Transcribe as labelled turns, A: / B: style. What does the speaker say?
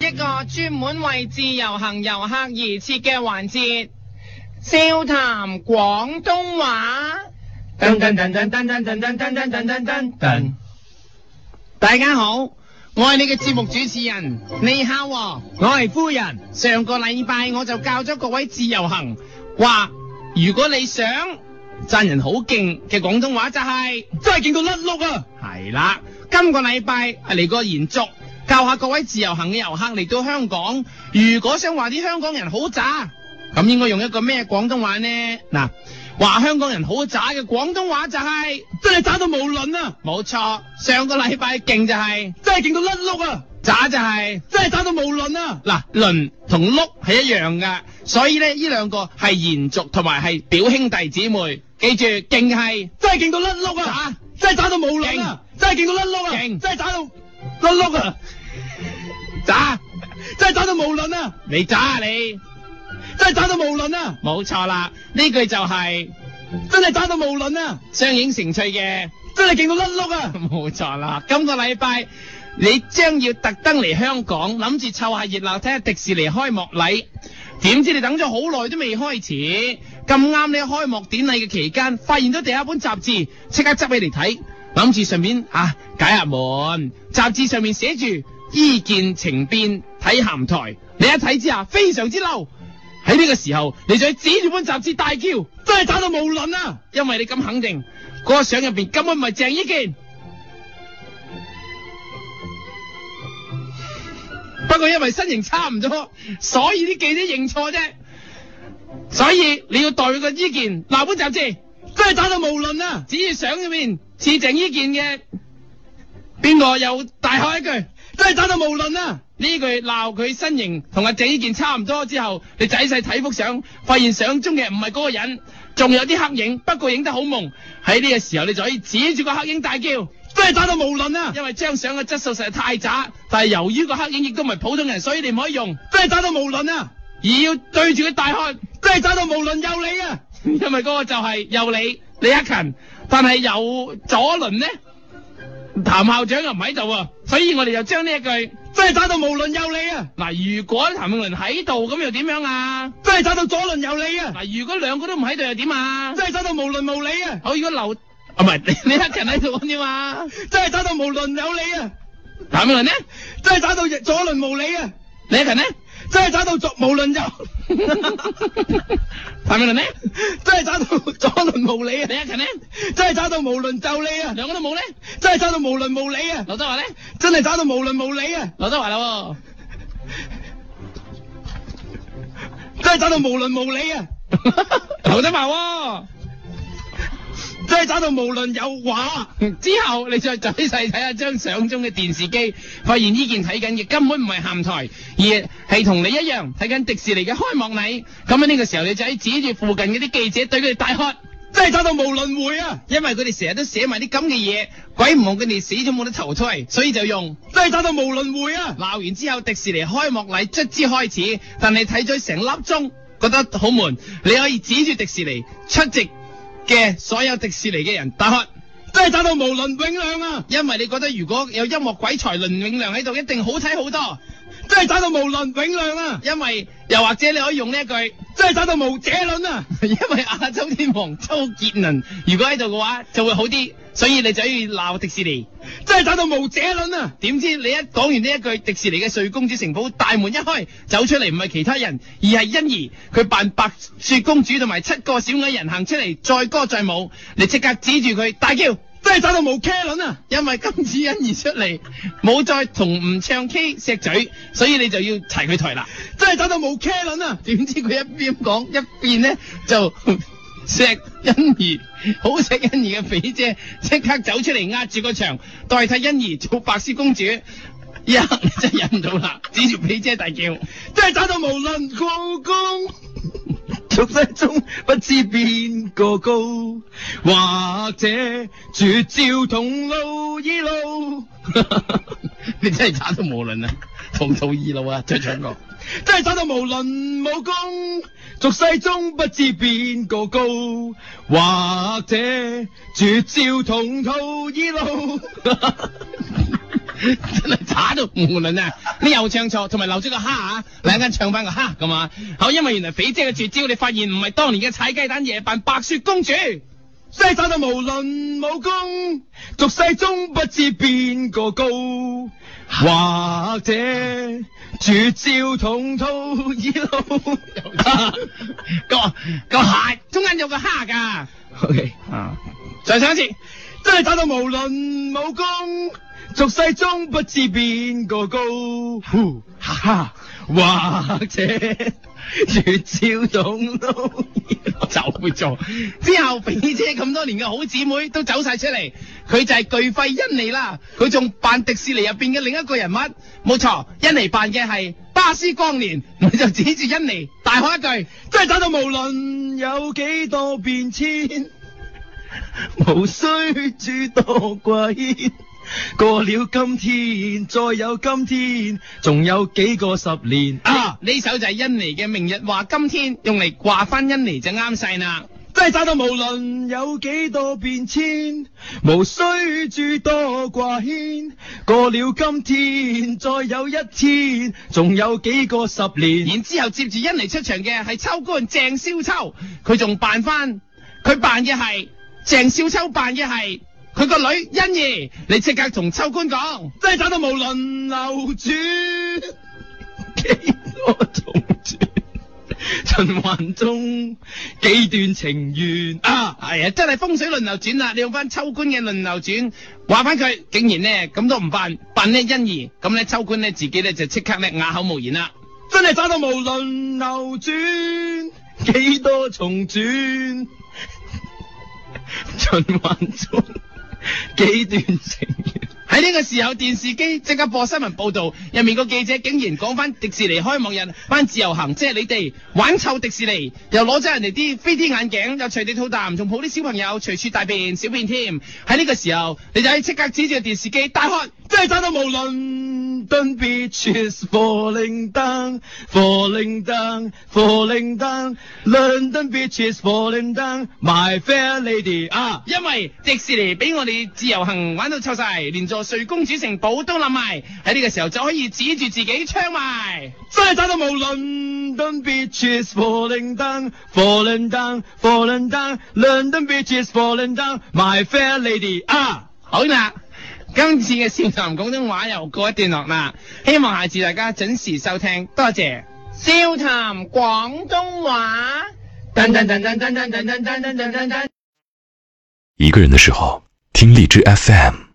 A: 一個專門為自由行遊客而設嘅環節，笑談廣東話。噔噔噔噔噔噔噔噔噔噔噔噔噔。大家好，我係你嘅節目主持人，你好、我係夫人。上個禮拜我就教咗各位自由行，話如果你想讚人好勁嘅廣東話就係、
B: 真係勁到甩碌啊！
A: 係啦，今個禮拜嚟個延續，教下各位自由行嘅遊客嚟到香港，如果想話啲香港人好渣，咁應該用一個咩廣東話呢？嗱，話香港人好渣嘅廣東話就係、
B: 真係渣到無論啊！
A: 冇錯，上個禮拜勁就係、
B: 真係勁到甩碌啊！
A: 渣就係、
B: 真係渣到無論啊！
A: 嗱，輪同碌係一樣噶，所以咧呢兩個係延續同埋係表兄弟姊妹，記住勁係
B: 真係勁到甩碌啊！
A: 渣。
B: 真係渣到無論啊！真係勁到甩碌啊！
A: 勁
B: 真係渣到甩碌啊！
A: 渣，
B: 真係渣到無論啊！
A: 你渣啊你，
B: 真係渣到無論啊！
A: 冇錯啦，呢句就係、
B: 真係渣到無論啊！
A: 相映成趣嘅，
B: 真係勁到甩碌啊！
A: 冇錯啦。今個禮拜你將要特登嚟香港，諗住湊下熱鬧，睇下迪士尼開幕禮。點知你等咗好耐都未開始，咁啱你喺開幕典禮嘅期間，發現咗第一本雜誌，即刻執起嚟睇，諗住順便啊解下悶。雜誌上面寫住醫見情變睇鹹台，你一睇之下非常之嬲。喺呢個時候，你就指住本雜誌大叫。
B: 真係渣到無論啊！
A: 因為你咁肯定，嗰、個相入邊根本唔係鄭伊健。不過因為身形差唔咗，所以啲記者認錯啫。所以你要代佢個伊健嗱本雜誌，
B: 真係渣到無論啊！
A: 只要相入面似鄭伊健嘅邊個又大喝一句
B: 真係渣到無論啊！
A: 呢句鬧佢身形同阿鄭伊健差唔多之後，你仔細睇幅相，發現相中嘅唔係嗰個人，仲有啲黑影，不過影得好蒙。喺呢個時候，你就可以指住個黑影大叫。
B: 真係渣到無論啊！
A: 因為張相嘅質素實在太渣，但係由於個黑影亦都唔係普通人，所以你唔可以用，
B: 真係渣到無論啊！
A: 而要對住佢大喝，
B: 真係渣到無論有你啊！
A: 因為嗰個就係由你李克勤，但係由左輪呢，譚校長又唔喺度啊，所以我哋就將呢一句
B: 真係渣到無論有你啊！
A: 嗱，如果譚詠麟喺度，咁又點樣啊？
B: 真係渣到左輪有你啊！
A: 嗱，如果兩個都唔喺度又點啊？
B: 真係渣到無論無理啊！
A: 好，如果劉啊唔係 李克勤喺度咁點啊？
B: 真係渣到無論有你啊！
A: 譚詠麟呢？
B: 真係渣到左輪無理啊！
A: 李克勤呢？
B: 真係渣到左無論 有。
A: 譚詠麟呢？
B: 真係渣到左輪無理啊！
A: 李克勤呢？
B: 真係渣到無論就你啊！
A: 兩個都冇呢？
B: 真係渣到無論無理啊！
A: 劉德華呢？
B: 真係渣到無論無理啊！
A: 劉德華啦喎。
B: 真係渣到無論無理啊！
A: 劉德華喎。
B: 真係渣到無論有話。
A: 之後你再仔細睇下張相中嘅電視機，發現呢件睇緊嘅根本唔係鹹台，而係同你一樣睇緊迪士尼嘅開幕禮。咁喺呢個時候，你就喺指住附近嗰啲記者對佢哋大喝。
B: 真係渣到無論會啊！
A: 因為佢哋成日都寫埋啲咁嘅嘢，鬼唔望佢哋死咗冇得投胎，所以就用
B: 真係渣到無論會啊！
A: 鬧完之後，迪士尼開幕禮卒之開始，但你睇咗成粒鐘，覺得好悶，你可以指住迪士尼出席嘅所有迪士尼嘅人大喝。
B: 真係渣到無論永亮啊！
A: 因為你覺得如果有音樂鬼才倫永亮喺度，一定好睇好多。
B: 真係渣到無論永亮啊！
A: 因為又或者你可以用呢一句，
B: 真係渣到無者論啊！
A: 因為亞洲天王周杰倫如果喺度嘅話就會好啲，所以你就要鬧迪士尼。
B: 真係渣到無者論啊！
A: 點知你一講完呢一句，迪士尼嘅睡公主城堡大門一開，走出嚟唔係其他人，而係欣宜。佢扮白雪公主同埋七個小矮人行出嚟，載歌載舞。你即刻指住佢大叫。
B: 真係渣到無 care 論啊！
A: 因為今次欣宜出嚟冇再同唔唱 K 錫嘴，所以你就要齊佢台啦。
B: 真係渣到無 care 論啊！
A: 點知佢一邊講一邊咧就 錫欣宜，好錫欣宜嘅肥姐即刻走出嚟壓住個場，代替欣宜做白雪公主。一刻你真係忍唔到啦，指住肥姐大叫。
B: 真係渣到無論高高。俗世中不知邊個高，或者絕招同路以路，
A: 你真係渣到無論啊！同途二路啊，再唱過。
B: 真係渣到無論武功。俗世中不知邊個高， 或者絕招同途以路。
A: 真係打到無論啊！你又唱錯，同埋留咗個蝦啊！兩間唱翻個蝦咁啊！好，因為原來肥姐嘅 絕招，你發現唔係當年嘅踩雞蛋夜扮白雪公主。
B: 西打到無論武功，俗世中不知邊個高，或者絕招同途以路。
A: 個個蟹中間有個蝦㗎。
B: OK，
A: 啊！再唱一次。
B: 真係打到無論武功，俗世中不知邊個高。呼哈哈，或者絕招同途以路。
A: 就會做。之後肥姐咁多年嘅好姊妹都走晒出嚟，佢就係巨肺恩妮啦。佢仲扮迪士尼入邊嘅另一個人物，冇錯，恩妮扮嘅係巴斯光年，佢就指住恩妮大喊一句：
B: 真係打到無論有幾多變遷，無需諸多貴。過了今天，再有今天，仲有幾個十年啊
A: 啊！！呢首就係恩妮嘅《明日話今天》，用嚟掛翻恩妮就啱晒啦。
B: 真係打到無論有幾多變遷，無需諸多掛牽。過了今天，再有一天，仲有幾個十年。
A: 然之後接住恩妮出場嘅係秋官鄭少秋，佢仲扮翻，佢扮嘅係鄭少秋扮嘅係佢個女欣兒，你即刻同秋官講。
B: 真係打到無論流轉，幾多重轉，循環中幾段情緣。
A: 啊，係啊，真係風水輪流轉啦！你用翻秋官嘅輪流轉，話翻佢竟然咧咁都唔扮，扮呢欣兒，咁咧秋官咧自己咧就即刻咧啞口無言啦。
B: 真係打到無論流轉，幾多重轉，循環中幾段情緣。
A: 喺呢個時候，電視機即刻播新聞報導，入面個記者竟然講翻迪士尼開幕日班自由行，即係你哋玩臭迪士尼，又攞咗人哋啲 3D 眼鏡，又隨地吐痰，仲抱啲小朋友隨處大便小便添。喺呢個時候，你就喺即刻指住個電視機大喝。
B: 真係打到無論 London beach is falling down, falling down, falling down. London beach is falling down, my fair lady 啊！
A: 因為迪士尼俾我哋自由行玩到臭晒，連座睡公主城堡都冧埋。喺呢個時候就可以指住自己槍埋。
B: 真係打到無論 London beach is falling down, falling down, falling down. London beach is falling down, my fair lady 啊！
A: 好啦，今次嘅笑談廣東話又告一段落啦，希望下次大家準時收聽，多謝。笑談廣東話。
C: 一个人的时候，听荔枝 FM。